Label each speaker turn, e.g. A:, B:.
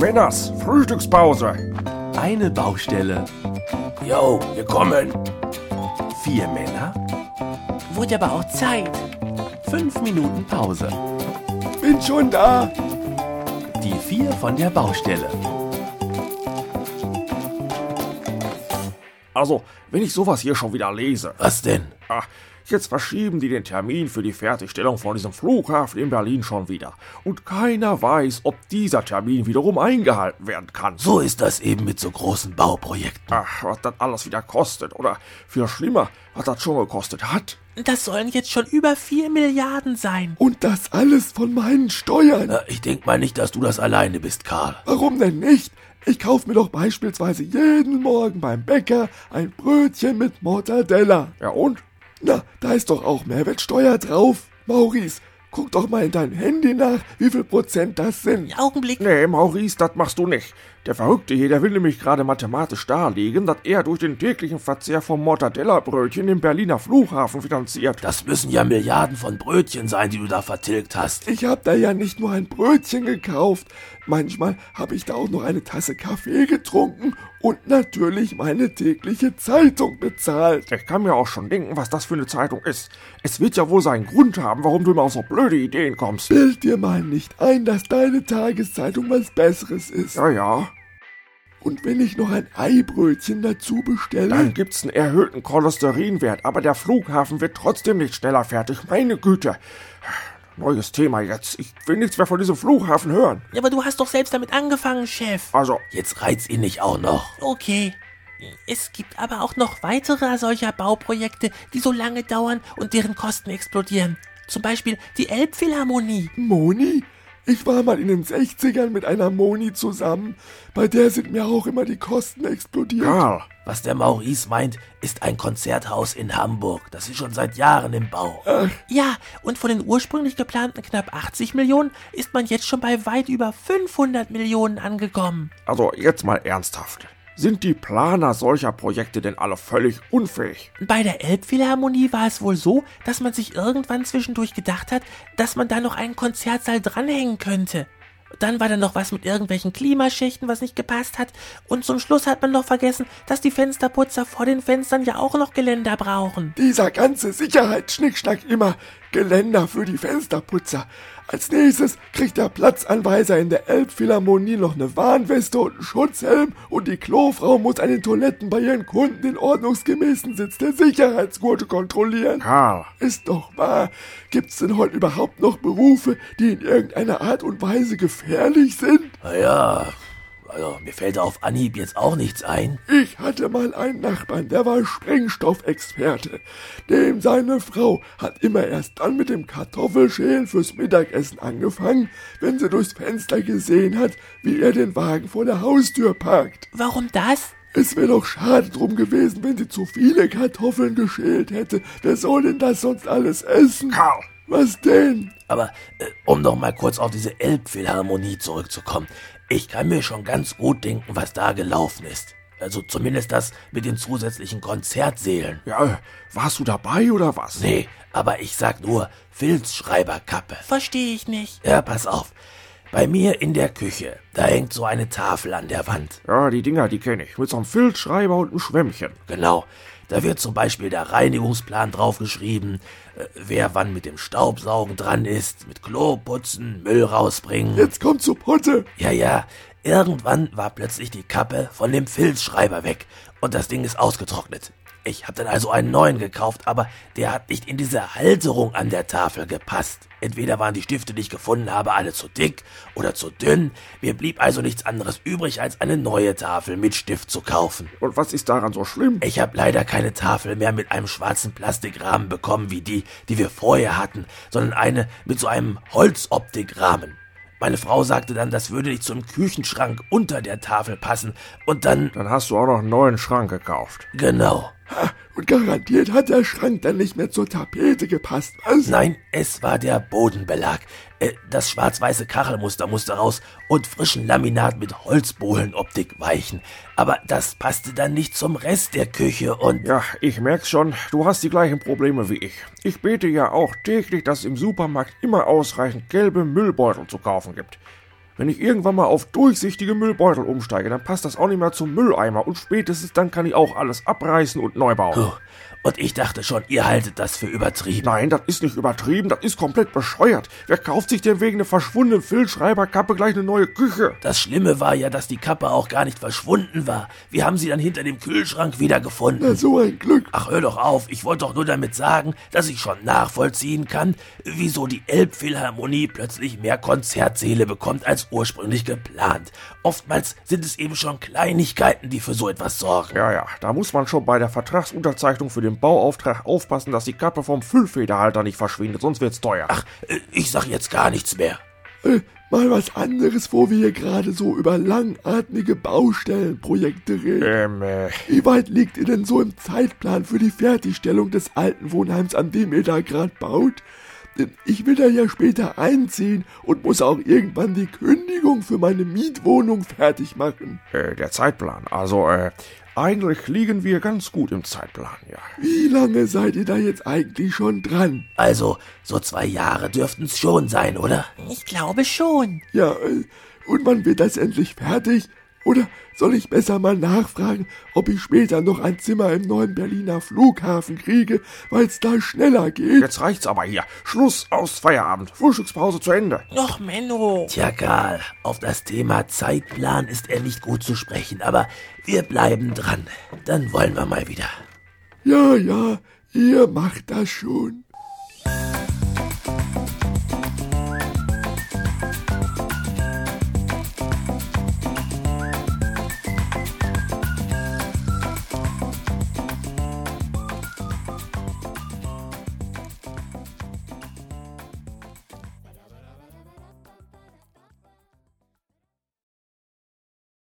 A: Männers, Frühstückspause.
B: Eine Baustelle.
A: Yo, wir kommen.
B: Vier Männer. Wurde aber auch Zeit. Fünf Minuten Pause.
A: Bin schon da.
B: Die vier von der Baustelle.
A: Also, wenn ich sowas hier schon wieder lese.
B: Was denn?
A: Ach, jetzt verschieben die den Termin für die Fertigstellung von diesem Flughafen in Berlin schon wieder. Und keiner weiß, ob dieser Termin wiederum eingehalten werden kann.
B: So ist das eben mit so großen Bauprojekten.
A: Ach, was das alles wieder kostet. Oder viel schlimmer, was das schon gekostet hat.
C: Das sollen jetzt schon über 4 Milliarden sein.
A: Und das alles von meinen Steuern.
B: Na, ich denk mal nicht, dass du das alleine bist, Karl.
A: Warum denn nicht? Ich kaufe mir doch beispielsweise jeden Morgen beim Bäcker ein Brötchen mit Mortadella. Ja und? Na, da ist doch auch Mehrwertsteuer drauf. Maurice, guck doch mal in dein Handy nach, wie viel Prozent das sind.
C: Augenblick.
A: Nee, Maurice, das machst du nicht. Der Verrückte hier, der will nämlich gerade mathematisch darlegen, dass er durch den täglichen Verzehr von Mortadella-Brötchen den Berliner Flughafen finanziert.
B: Das müssen ja Milliarden von Brötchen sein, die du da vertilgt hast.
A: Ich hab da ja nicht nur ein Brötchen gekauft, manchmal habe ich da auch noch eine Tasse Kaffee getrunken und natürlich meine tägliche Zeitung bezahlt. Ich kann mir auch schon denken, was das für eine Zeitung ist. Es wird ja wohl seinen Grund haben, warum du immer auf so blöde Ideen kommst. Bild dir mal nicht ein, dass deine Tageszeitung was Besseres ist. Ja, ja. Und wenn ich noch ein Eibrötchen dazu bestelle? Dann gibt's einen erhöhten Cholesterinwert, aber der Flughafen wird trotzdem nicht schneller fertig. Meine Güte. Neues Thema jetzt. Ich will nichts mehr von diesem Flughafen hören.
C: Aber du hast doch selbst damit angefangen, Chef.
A: Also,
B: Jetzt reiz ihn nicht auch noch.
C: Okay. Es gibt aber auch noch weitere solcher Bauprojekte, die so lange dauern und deren Kosten explodieren. Zum Beispiel die Elbphilharmonie.
A: Moni? Ich war mal in den 60ern mit einer Moni zusammen. Bei der sind mir auch immer die Kosten explodiert. Karl,
B: Was der Maurice meint, ist ein Konzerthaus in Hamburg. Das ist schon seit Jahren im Bau.
C: Ja, und von den ursprünglich geplanten knapp 80 Millionen ist man jetzt schon bei weit über 500 Millionen angekommen.
A: also jetzt mal ernsthaft. Sind die Planer solcher Projekte denn alle völlig unfähig?
C: Bei der Elbphilharmonie war es wohl so, dass man sich irgendwann zwischendurch gedacht hat, dass man da noch einen Konzertsaal dranhängen könnte. Dann war da noch was mit irgendwelchen Klimaschichten, was nicht gepasst hat. Und zum Schluss hat man noch vergessen, dass die Fensterputzer vor den Fenstern ja auch noch Geländer brauchen.
A: Dieser ganze Sicherheitsschnickschnack immer. Geländer für die Fensterputzer. Als nächstes kriegt der Platzanweiser in der Elbphilharmonie noch eine Warnweste und einen Schutzhelm und die Klofrau muss an den Toiletten bei ihren Kunden den ordnungsgemäßen Sitz der Sicherheitsgurte kontrollieren.
D: Karl,
A: Ist doch wahr. Gibt's denn heute überhaupt noch Berufe, die in irgendeiner Art und Weise gefährlich sind?
B: Naja, also mir fällt auf Anhieb jetzt auch nichts ein.
A: Ich hatte mal einen Nachbarn, der war Sprengstoffexperte. Dem seine Frau hat immer erst dann mit dem Kartoffelschälen fürs Mittagessen angefangen, wenn sie durchs Fenster gesehen hat, wie er den Wagen vor der Haustür parkt.
C: Warum das?
A: Es wäre doch schade drum gewesen, wenn sie zu viele Kartoffeln geschält hätte. Wer soll denn das sonst alles essen?
D: Karl,
A: Was denn?
B: Aber äh, um noch mal kurz auf diese Elbphilharmonie zurückzukommen. Ich kann mir schon ganz gut denken, was da gelaufen ist. Also zumindest das mit den zusätzlichen Konzertsälen.
A: Ja, warst du dabei oder was?
B: Nee, aber ich sag nur Filzschreiberkappe.
C: Verstehe ich nicht.
B: Ja, pass auf. Bei mir in der Küche, da hängt so eine Tafel an der Wand.
A: Ja, die Dinger, die kenne ich. Mit so einem Filzschreiber und einem Schwämmchen.
B: Genau. Da wird zum Beispiel der Reinigungsplan draufgeschrieben, äh, wer wann mit dem Staubsaugen dran ist, mit Klo putzen, Müll rausbringen.
A: Jetzt kommt zu Potte.
B: Ja, ja. Irgendwann war plötzlich die Kappe von dem Filzschreiber weg und das Ding ist ausgetrocknet. Ich hab dann also einen neuen gekauft, aber der hat nicht in diese Halterung an der Tafel gepasst. Entweder waren die Stifte, die ich gefunden habe, alle zu dick oder zu dünn. Mir blieb also nichts anderes übrig, als eine neue Tafel mit Stift zu kaufen.
A: Und was ist daran so schlimm?
B: Ich habe leider keine Tafel mehr mit einem schwarzen Plastikrahmen bekommen, wie die, die wir vorher hatten, sondern eine mit so einem Holzoptikrahmen. Meine Frau sagte dann, das würde nicht zum Küchenschrank unter der Tafel passen. Und dann,
D: dann hast du auch noch einen neuen Schrank gekauft.
B: genau.
A: Ha, Und garantiert hat der Schrank dann nicht mehr zur Tapete gepasst, was?
B: Nein, es war der Bodenbelag. Äh, das schwarz-weiße Kachelmuster musste raus und frischen Laminat mit Holzbohlenoptik weichen. Aber das passte dann nicht zum Rest der Küche und...
D: Ja, ich merk's schon, du hast die gleichen Probleme wie ich. Ich bete ja auch täglich, dass es im Supermarkt immer ausreichend gelbe Müllbeutel zu kaufen gibt.
A: Wenn ich irgendwann mal auf durchsichtige Müllbeutel umsteige, dann passt das auch nicht mehr zum Mülleimer und spätestens dann kann ich auch alles abreißen und neu bauen.
B: Puh. Und ich dachte schon, ihr haltet das für übertrieben.
A: Nein, das ist nicht übertrieben, das ist komplett bescheuert. Wer kauft sich denn wegen einer verschwundenen Filzschreiberkappe gleich eine neue Küche?
B: Das Schlimme war ja, dass die Kappe auch gar nicht verschwunden war. Wir haben sie dann hinter dem Kühlschrank wiedergefunden.
E: Na, so ein Glück.
B: Ach, hör doch auf. Ich wollte doch nur damit sagen, dass ich schon nachvollziehen kann, wieso die Elbphilharmonie plötzlich mehr Konzertsäle bekommt als ursprünglich geplant. Oftmals sind es eben schon Kleinigkeiten, die für so etwas sorgen.
A: Ja, ja, da muss man schon bei der Vertragsunterzeichnung für den Bauauftrag aufpassen, dass die Kappe vom Füllfederhalter nicht verschwindet, sonst wird's teuer. Ach,
B: Äh, Ich sag jetzt gar nichts mehr.
E: Äh, mal was anderes, wo wir hier gerade so über langatmige Baustellenprojekte reden.
A: ähm, äh,
E: Wie weit liegt ihr denn so im Zeitplan für die Fertigstellung des alten Wohnheims, an dem ihr da gerade baut? Denn ich will da ja später einziehen und muss auch irgendwann die Kündigung für meine Mietwohnung fertig machen.
A: äh, der Zeitplan. Also, äh, eigentlich liegen wir ganz gut im Zeitplan, ja.
E: Wie lange seid ihr da jetzt eigentlich schon dran?
B: Also, so zwei Jahre dürften's schon sein, oder?
C: Ich glaube schon.
E: Ja, äh, und wann wird das endlich fertig? Oder soll ich besser mal nachfragen, ob ich später noch ein Zimmer im neuen Berliner Flughafen kriege, weil's da schneller geht?
A: Jetzt reicht's aber hier. Schluss aus Feierabend. Frühstückspause zu Ende.
C: Noch Menno.
B: Tja, Karl, auf das Thema Zeitplan ist er nicht gut zu sprechen, aber wir bleiben dran. Dann wollen wir mal wieder.
E: Ja, ja, ihr macht das schon.